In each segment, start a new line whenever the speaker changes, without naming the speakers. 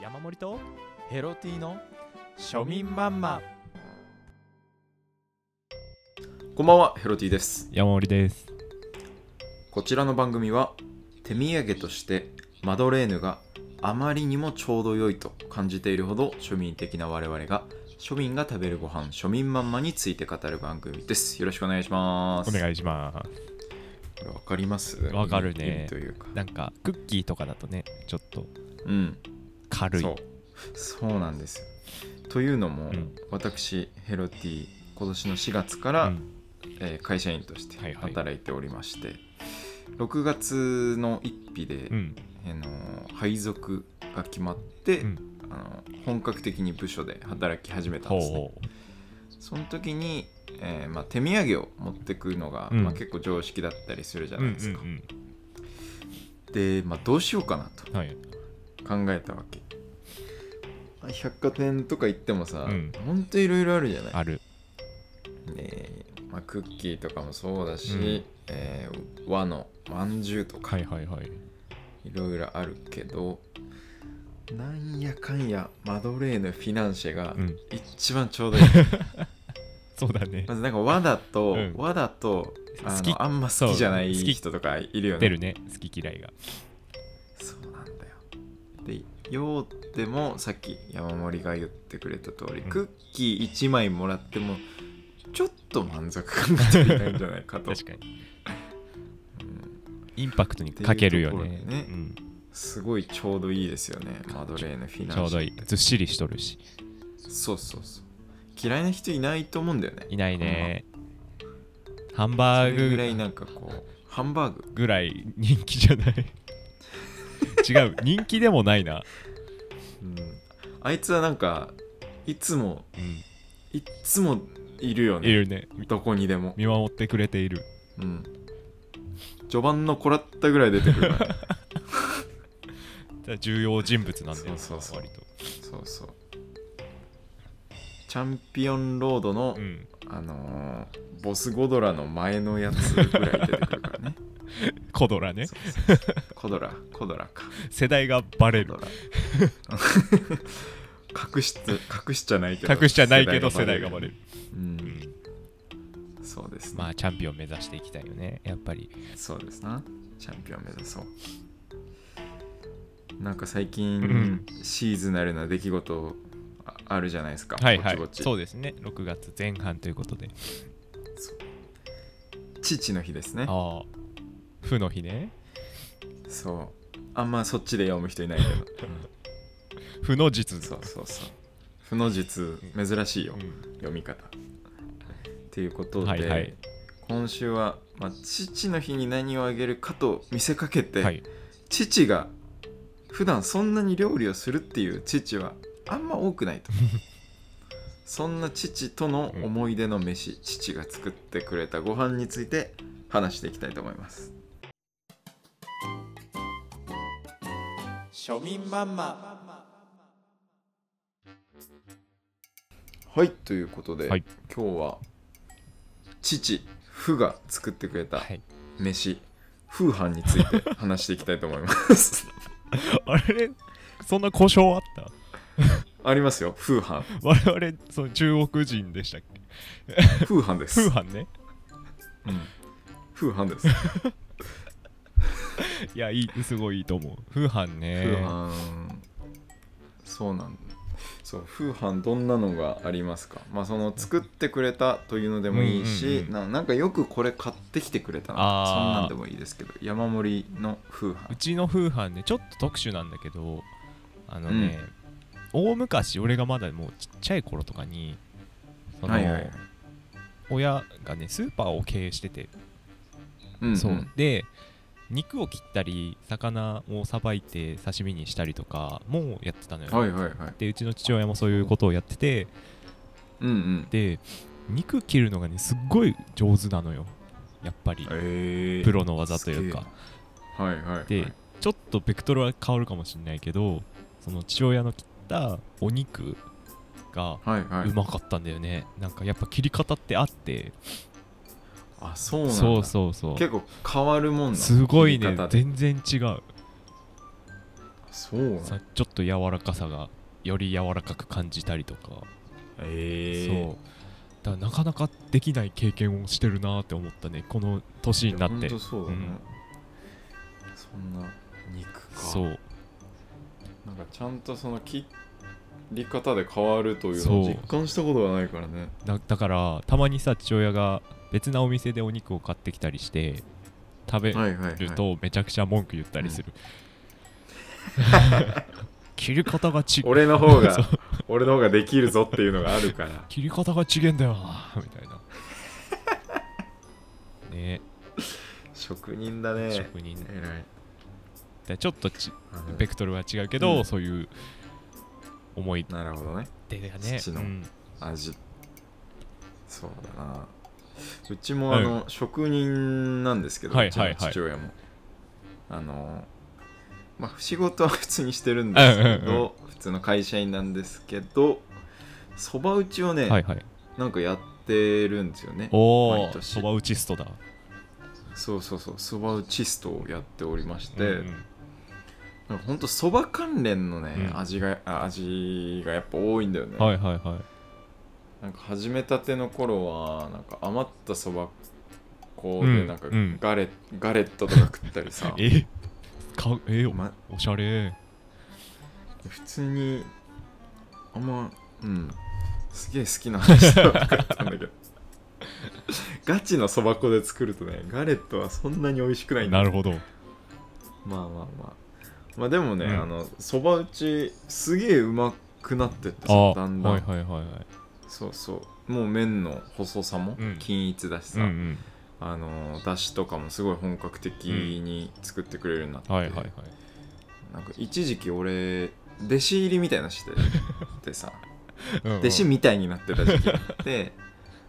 山盛りと
ヘロティの庶民マンマ
こんばんは、ヘロティです。
山盛りです
こちらの番組は、手土産としてマドレーヌがあまりにもちょうど良いと感じているほど庶民的な我々が、庶民が食べるご飯、庶民マンマについて語る番組です。よろしくお願いします。
お
い。
願いします
これわかります
わかるね
意味というか。
なんかクッキーとかだとねちょっと
うん、
軽い
そう。そうなんです。というのも、
うん
私、ヘロティ、今年の4月から、
うん
えー会社員として
はいはい
働いておりまして、6月の1日で、
うん
あの配属が決まって、
うん
あの本格的に部署で働き始めたん
ほう
ですね
ほ
その時に、えーまあ、手土産を持ってくのが、
うん
まあ、結構常識だったりするじゃ
ううんう
なんいですか、
う
で、まあ、どうしようかなと
んはい
考えたわけまあ百貨店とか行ってもさ、
うん
ほんといろいろあるじゃない、
ある
ねまあ、クッキーとかもそうだし、
うん
えー和のまんじゅうとか
はいはいはい
いろいろあるけどなんやかんやマドレーヌフィナンシェが
うん
一番ちょうどい い、
そうだね
まずなんか和だと、
うん
和だとあ
好き
のあんま好きじゃない
そう好き
人とかいるよ
出
ね
るね好き嫌いが
そうなんだよで洋でもさっき山盛が言ってくれた通り、
うん
クッキー1枚もらってもちょっと満足感が足りないんじゃないかと
確かに
うん
インパクトにかけるよね
っていうところでね
うん、
すごいちょうどいいですよねマドレーヌフィナンシェ
ちょうどいいずっしりしとるし
そうそうそう嫌いな人いないと思うんだよね
いないねハン
そ
バ
れぐら
ー
い
グ
なんかこうハンバーグ
ぐらい人気じゃない 違う人気でもないな、
あいつはなんかいつも
うん、
いっつもいるよ
い
ね
るね
どこにでも、
見守ってくれている
うん、序盤のこらったぐらい出てくるよね
重要人物なんだよ
そうそうそう
割と
そうそうチャンピオンロードの、
うん
あのーボスゴドラの前のやつぐらい出てくるから ね
コドラね
そうそうそうコドラコドラか
世代がバレる
コドラ 隠しつ隠しちゃないけど
隠しちゃないけど世代がバレ
る、
る、
うん、そうですね、
まあチャンピオン目指していきたいよねやっぱり
そうですな。チャンピオン目指そう。なんか最
うん
近、シーズナルな出来事ああるじゃないですか。
はいはい
ぼちぼ
そうですね6月前半ということで
ち父の日ですね。
ああ負の日ね
そう。あんまそっちで読む人いないけど。
負の実
そうそうそう。不能術、珍しいよ
う、ん
読み方。っていうことで、
はいはい
今週は、まあ、父の日に何をあげるかと見せかけて、
はい
父が普段そんなに料理をするっていう父はあんま多くない とそんな父との思い出の飯、父が作ってくれたご飯について話していきたいと思います
庶民マンマ
はいということで、
はい
今日は父父が作ってくれた
はい
飯、風飯について話していきたいと思います
あれそんな故障あった
ありますよ風飯
我々その中国人でしたっけ
風飯です
風飯ね
うん風飯です、
いやいいすごいいいと思う風飯ね
風飯そうなんだそう風飯どんなのがありますかまあその作ってくれたというのでもいいし、
うんうんうん
ななんかよくこれ買ってきてくれた
あ
な
ー
そんなんでもいいですけど山盛りの風飯
うちの風飯ねちょっと特殊なんだけどあのね、大昔俺がまだもうちっちゃい頃とかにその、
はいはいはい
親がねスーパーを経営してて、
うんうん
そうで肉を切ったり魚をさばいて刺身にしたりとかもやってたのよ、
はいはいはい
でうちの父親もそういうことをやってて
うんうん
で肉切るのがねすっごい上手なのよやっぱり
えー、
プロの技というか
はいはいはい
でちょっとベクトルは変わるかもしれないけどその父親の切ったお肉が
はいはいう
まかったんだよね、なんかやっぱ切り方ってあって
あそうなんだ
そうそうそう
結構変わるもんなの
すごい
切
ね
り方で
全然違う
そうなん
さちょっと柔らかさがより柔らかく感じたりとか、
え
そうだからなかなかできない経験をしてるなって思ったねこの年になって
本当そうだね、
うん
そんな肉か
そう
なんかちゃんとその切り方で変わるという
そ
の
う
を実感したことがないからね
だだからたまにさ父親が別なお店でお肉を買ってきたりして食べ
はいはい、はい、
るとめちゃくちゃ文句言ったりする、切り方が違う
俺の方
そう
が俺の方ができるぞっていうのがあるから
切り方が違えんだよなみたいなね
職人だね
職人
えらい
でちょっとち
うん
ベクトルは違うけど、
うん
そういう思い
なるほどね
出がね
父の
うん
味そうだなうちもあの、職人なんですけど、
はいう
ちの
はいはい
父親もあのまあ仕事は普通にしてるんですけ
うんうん
ど、普通の会社員なんですけどそば打ちをね、
はいはい
なんかやってるんですよね
お
毎
お
年
そば打ちストだ
そうそうそうそば打ちストをやっておりまして、
うんうん
なんかほんとそば関連のね、
うん
味があ味がやっぱ多いんだよね、
はいはいはい
なんか始めたての頃はなんか余ったそば粉
う
で
ん
なんか
うん
ガレ,、ガレットとか食ったりさ
えかえお
ま
おしゃれ
普通にあんまうんすげえ好きな話だったんだけどガチのそば粉で作るとねガレットはそんなに美味しくないんだ
なるほど
まあまあまあまあでもね、
うん
あのそば打ちすげえうまくなってって
あ
さ
あ
だんだん、
はいはいはいはい
そうそうもう麺の細さも
うん
均一だしさ、
うんうん
あのだしとかもすごい本格的に作ってくれるようになって、
はいはいはい
なんか一時期俺弟子入りみたいなのしててさ
うんうん
弟子みたいになってた時期があって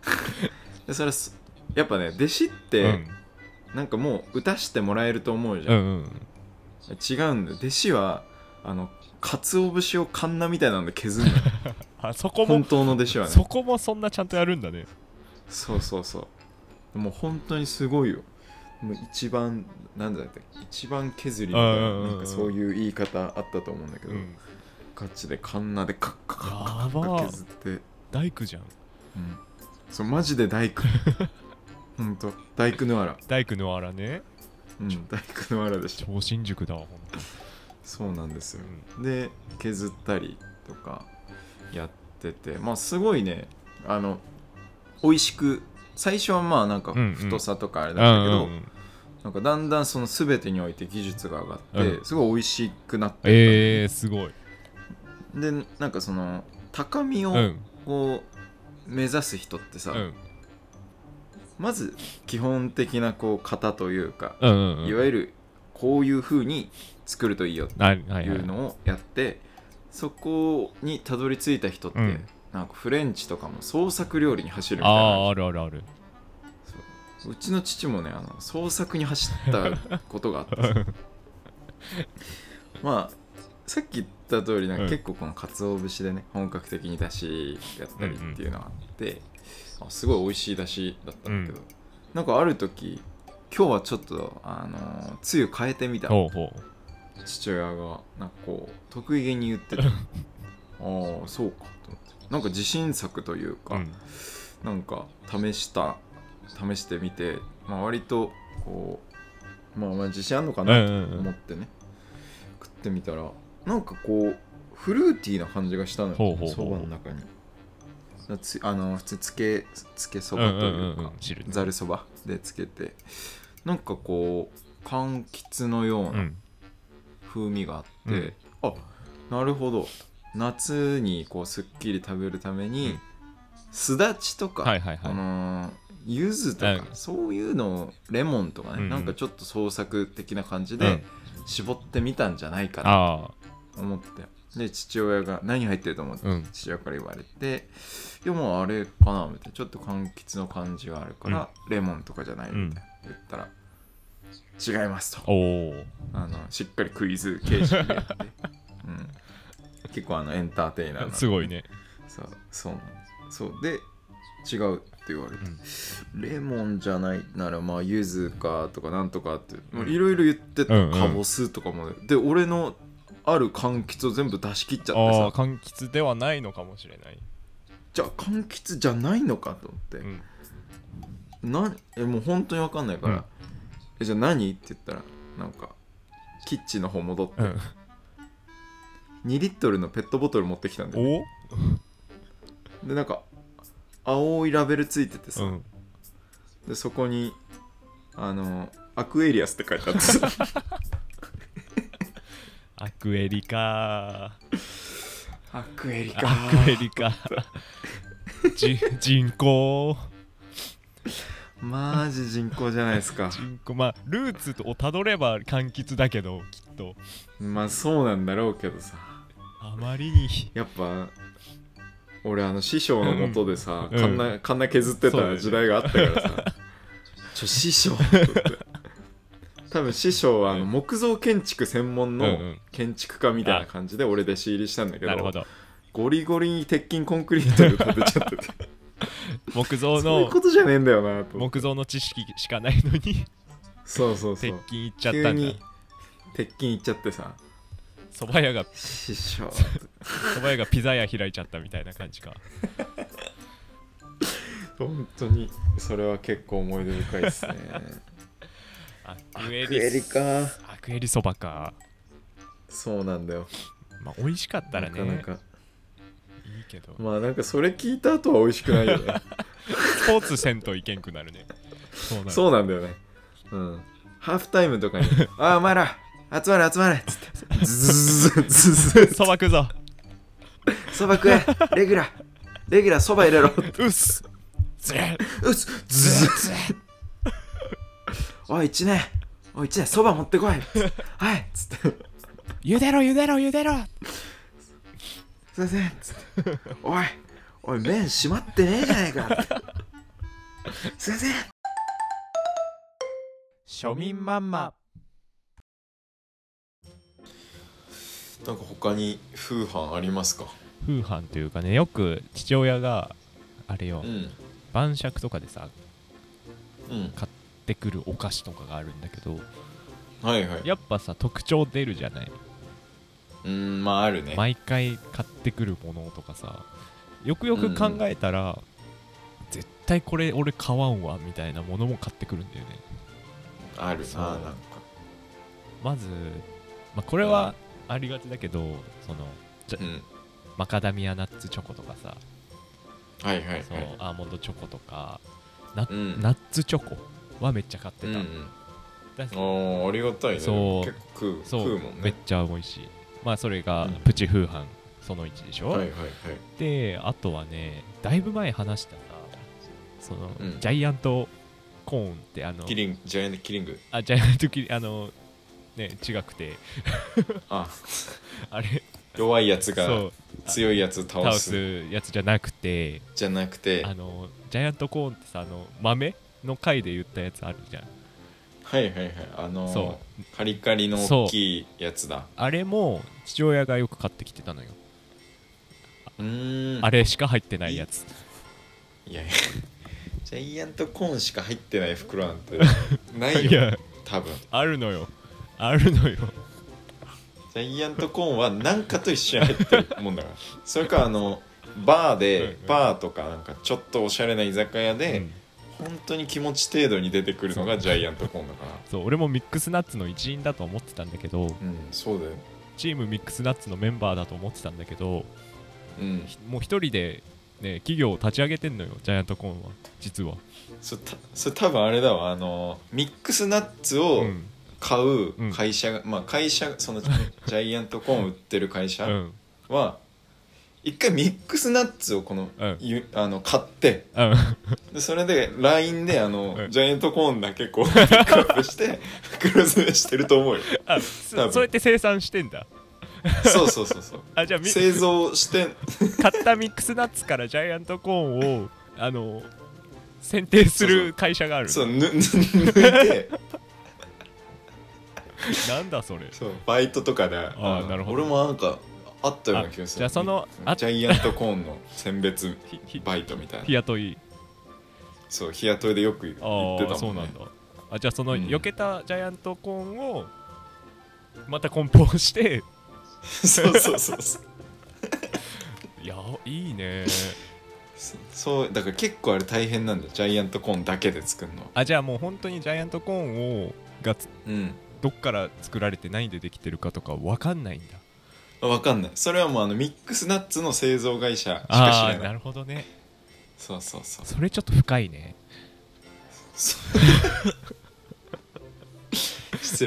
でそれすやっぱね弟子っ
う
て
ん
なんかもう打たしてもらえると思うじ
う
ゃん、
んうん
違うんだよ弟子はあの鰹節をカンナみたいなので削るのよ
あそこも
本当の弟子はね
そこもそんなちゃんとやるんだね
そうそうそうもう本当にすごいよもう一番なんだったっけ一番削りみた
う
いな
んうんうんうん
なんかそういう言い方あったと思うんだけど、
うん
ガチでカンナでカッカッカッカッ
や
カ
ば
ッ削って、うん、
大工じゃん
そうマジで大工ほんと大工のわら、
大工のあらね
うん、大工のわらでしょ
超新塾だわほんと
そうなんですよ
う、ん
で削ったりとかやっててまあすごいねあの美味しく最初はまあなんか
うんうん
太さとかあれだったけど、
うんうんうん
なんかだんだんその全てにおいて技術が上がって、
うん
すごい美味しくなっていっ
えー、すごい
た、でなんかその高み
う
を
ん
こう目指す人って
う
さ、
ん
まず基本的なこう型というか、
うんうんうん
いわゆるこういう風に作るといいよって
なはいはいいう
のをやって、そこにたどり着いた人って、
うん
なんかフレンチとかも創作料理に走るみたいな
あああるあるあ る
そううちの父もねあの創作に走ったことがあって さまあさっき言った通りなんか
うん
結構この鰹節でね本格的に出汁やったりっていうのがあって、あすごい美味しい出汁だったんだけど、なんかある時今日はちょっとあのーつゆ変えてみた
ほうほ
父親がなんかこう得意げに言っ てたああそうかと思ってなんか自信作という
う
か、
うん
なんか試した試してみて、まあ、割とこうまあまあ自信あるのかなと
うんうんうん
思ってね、食ってみたらなんかこうフルーティーな感じがしたのよ
ほうほうほう
そばの中にだつあの普通につけつけそ
うん
ばといううか、
んうんうん知るね
ざるそばでつけてなんかこう柑橘のよう
う
なん風味があって、
うん
あなるほど夏にこうすっきり食べるために、
うん
すだちとか、
はいはい
あ
は
のー柚子とか、
うん
そういうのをレモンとかね、
うんうん
なんかちょっと創作的な感じ
い
で
うん
絞ってみたんじゃないかな
あ
と思って、で父親が何入ってると思って、
あうん
父親から言われていやもうあれかなみたいなちょっと柑橘の感じがあるから、レモンとかじゃないみたいな言ったら、違いますと
おお
あのしっかりクイズ形式でやって、うん、結構あのエンターテイナーな
すごいね
そうそうなんですそうで違うって言われて、レモンじゃないならまあ柚子かとかなんとかってもういろいろ言ってた、
うんうん
かぼすとかもで俺のある柑橘を全部出し切っちゃって
ああ
さ
柑橘ではないのかもしれない、
じゃあ柑橘じゃないのかと思って、
うん、
なえもう本当に分かんないから「
うん
えじゃあ何?」って言ったらなんかキッチンの方戻って、
うん
2リットルのペットボトル持ってきたんだよね
お
でなんか青いラベルついててさ、
うん
でそこにあのアクエリアスって書いてあっ てさ
アクエリか
アクエリ
ーアクエリか ーじ人口
マジ人工じゃないですか
人口まあルーツをたどれば柑橘だけどきっと
まあそうなんだろうけどさ
あまりに
やっぱ俺あの師匠のもとでさ、
うん
カンナカンナ削ってた時代があったか らさ、ちょ師匠って言って多分師匠はあの木造建築専門
うんう
の
ん
建築家みたいな感じで俺弟子入りしたんだけど
なるほど
ゴリゴリに鉄筋コンクリートで建てち ゃってて
木造
そういう
の
ことじゃねえんだよなと思って
木造の知識しかないのに
そうそうそ
鉄
う
筋いっちゃっ
急
たんだ
に鉄筋いっちゃってさ
蕎麦屋が
師匠
蕎麦屋がピザ屋開いちゃったみたいな感じか
本当にそれは結構思い出深いですね
アクエ
クエ
リ
リか
アクエリそばか
そうなんだよ
まあ美味しかったら
な
ね
かなか
いいけど
まあなんかそれ聞いた後は美味しくないよ ね
スポーツせんといけんくなるねそうなの
そうなんだよねうんハーフタイムとか に「ああお前ら集まれ集まれ」っつって「ズズズズズズ
そば食うぞ
そば食えレギュラーレギュラーそば入れろ」
うっすずれ
うっすズズ ズおい一年おい一年そば持ってこいはいっつって
ゆでろゆでろゆでろ
すいませんっつっておいおい麺閉まってねえじゃないかすいません
庶民マンマ
なんか他に風飯ありますか
風飯というかねよく父親があれよ
ん
晩酌とかでさ
うん
買ってくるお菓子とかがあるんだけど
はいはい
やっぱさ特徴出るじゃない
うんまああるね
毎回買ってくるものとかさよくよく考えたら、絶対これ俺買わんわみたいなものも買ってくるんだよね
ある
そう
ななんか
まず、まあ、これはありがちだけどその
うん
マカダミアナッツチョコとかさ
はいはいはい
そうアーモンドチョコとかナ,、
うん
ナッツチョコはめっちゃ買って
うん
た、
うん
だし
ああありがたいね
そう
結構食う
そう
食うもん
めっ
ね
ちゃ美味しいまあそれが
うん
プチ風飯その1でしょ、
はいはいはい
であとはねだいぶ前話したさその、
うん
ジャイアントコーンってあの
キリンジャイアントキリング
あジャイアントキリあのね違くて
あ
あれ
弱いやつ
そ
が
う
強いやつ倒
倒
す
すやつじゃなくて
じゃなくて
あのジャイアントコーンってさあの豆の回で言ったやつあるじゃん
はいはいはいあ
そ
のーカリカリの
そう
大きいやつだ
あれも父親がよく買ってきてたのよ、
うーん
あれしか入ってないやつ
いやいやジャイアントコーンしか入ってない袋なんてない
い
よ
や
多分
あるのよあるのよ
ジャイアントコーンは何かと一緒に入ってるもんだからそれかあのバーで
うん
バーとかなんかちょっとおしゃれな居酒屋で、
うん
本当に気持ち程度に出てくるのがジャイアントコーンだから
そう俺もミックスナッツの一員だと思ってたんだけど
うんそうだよ
チームミックスナッツのメンバーだと思ってたんだけど
うん
ひもう一人で、ね、企業を立ち上げてんのよジャイアントコーンは実は、
それたそれ多分あれだわあのミックスナッツ
う
を
ん
買うんう会社が、まあ会社そのジャイアントコーン売ってる会
う
社
ん
は、一回ミックスナッツをこの,
うん
ゆ、あの買って
うん、
でそれで LINE であの、
うん
ジャイアントコーンだけこうピックアップして袋詰めしてると 思うよ
あ
多
そ
分
そうやって生産してんだ
そうそうそうそう
あじゃあみ
製造してん
買ったミックスナッツからジャイアントコーンをあの選定する会社がある
そう ぬ抜いて
なんだそれ
そうバイトとかであ
あなるほど
俺もなんかあったような気が
あ
する
じゃあそのあ
ジャイアントコーンの選別バイトみたい
日
な
雇い
そう日雇いでよく言ってた
ああ、
もんね
そうなんだあじゃあその
うん
避けたジャイアントコーンをまた梱包して
そうそうそうそう
いやいいね
そうだから結構あれ大変なんだよジャイアントコーンだけで作るの
あじゃあもう本当にジャイアントコーンをがつ
うん
どっから作られて何でできてるかとか分かんないんだ
わかんないそれはもうあのミックスナッツの製造会社しか知
あ
ら
あ
ない
なるほどね
そうそうそう
それちょっと深いね
そう 失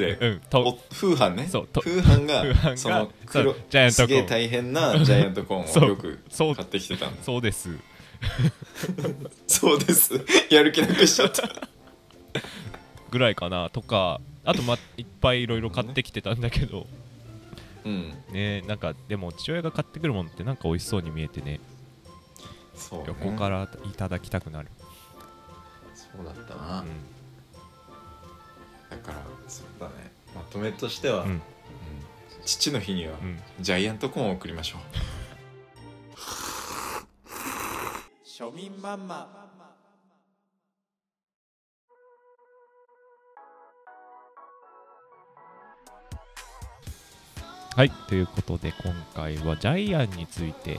礼
うん
お
と
風飯ね
そうと
風飯
風飯が
がその黒
そうジャイアントコーン
すげえ大変なジャイアントコーン
そ
を
う
よく
そう
買ってきてたんだ
そうです
そうですやる気なくしちゃった
ぐらいかなとかあと、ま、いっぱいいろいろ買ってきてたんだけ ど
うん
ねなんかでも父親が買ってくるものってなんか美味しそうに見えてね
そう、ね、
横からいただきたくなる、
そうだった
う
な、
ん
だからそうだねまとめとしては、
うん
うん父の日には
うん、
ジャイアントコーンを送りましょう
庶民ママ
はいということで今回はジャイアンについて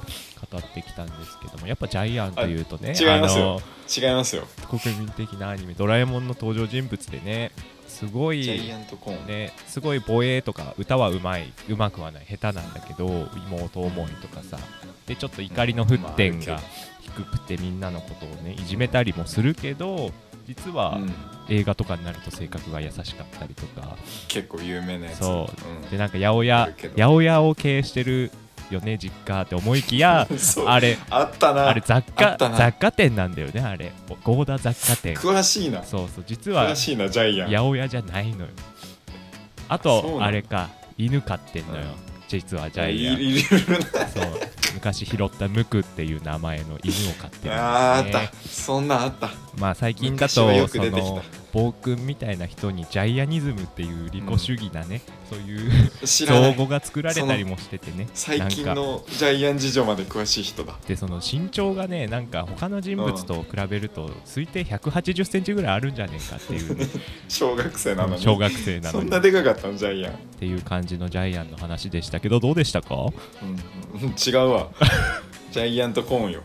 語ってきたんですけどもやっぱジャイアンというとね
あ違います
あの
よ違いますよ
国民的なアニメ「ドラえもん」の登場人物でねすご
ジャイ
い
アントコーン、
ねすごいボエとか歌はうまいうまくはない下手なんだけど妹思いとかさでちょっと怒りの沸点が低くてみんなのことをねいじめたりもするけど実は
うん、
映画とかになると性格が優しかったりとか
結構有名なやつ
そ
うん
でなんか八百屋
あるけど
八百屋を経営してるよね実家って思いきや
そう
あれ
あったな
あれ雑
あ
貨
ったな
雑貨店なんだよねあれ合田雑貨店
詳しいな
そうそう実は
詳しいなジャイアン
八百屋じゃないのよあ
そうな
と
の
あれか犬飼ってんのよ、
うん
実はジ
あ
ャ
い
イア
る
ン
いるいる
そう昔拾ったムクっていう名前の犬を飼ってるんだよね
あーあったそんなんあった
まあ最近だと
昔はよ
そ
く出てきた
の暴君みたいな人にジャイアニズムっていう利己主義なね、そういう
知らな
造
い
語が作られたりもしててね
最近
なんか
のジャイアン事情まで詳しい人だ
でその身長がねなんか他の人物と比べると推定1 8 0センチぐらいあるんじゃねえかっていう ね、
小学生なのに
小学生な
そ
の
ん
に
なでかかったのジャイアン、
っていう感じのジャイアンの話でしたけどどうでしたか
うんうん、違うわジャイアントコーンよ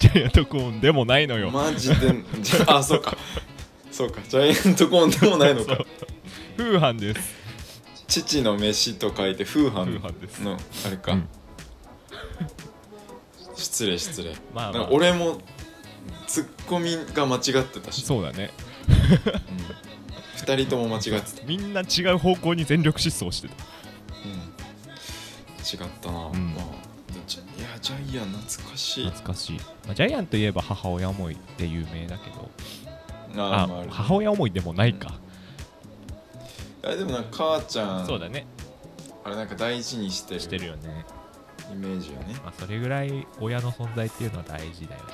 ジャイアントコーンでもないのよ、
マジでじゃあそうかそうかジャイアントコーンでもないの
そう
か
風飯です
父の飯と書いて風飯
風飯です
のあれか、
うん
失礼失礼、
まあまあ
なんか俺もツッコミが間違ってたし、
そうだね
二人とも間違ってた、
みんな違う方向に全力疾走してた
うん、違ったな、
ん
まあでジャいやジャイアン懐かしい
懐かしい、まあ、ジャイアンといえば母親思いって有名だけど
あ
あ
まあある
母親思いでもないか、
あれでもなんか母ちゃん
そうだね
あれなんか大事にしてる
してるよね、
イメージよね
まあ、それぐらい親の存在っていうのは大事だよね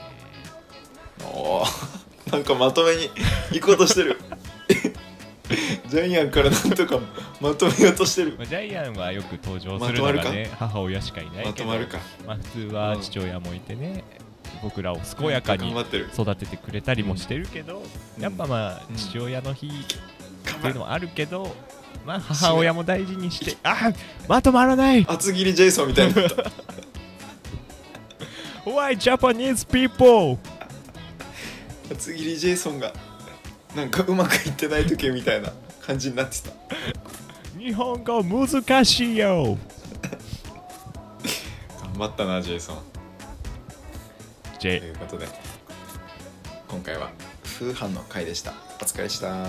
おー なんかまとめに 行こうとしてる ジャイアンからなんとかまとめようとしてる
まあ、ジャイアンはよく登場するの
ま
が
とまる
ね母親しかいない
ま
け
と
ど
まるか
まあ、普通は父親もいてね、僕らを健やかに
頑張ってる
育ててくれたりもしてるけど、
うん
やっぱまあ、
うん
父親の日
頑
って
張
いう
る
のもあるけど、まあ母親も大事にしてあまとまらない
厚切りジェイソンみたいになった
Why Japanese people
厚切りジェイソンがなんかうまくいってない時みたいな感じになってた
日本語難しいよ
頑張ったなジェイソン
J
ということで今回は風飯の回でしたお疲れでした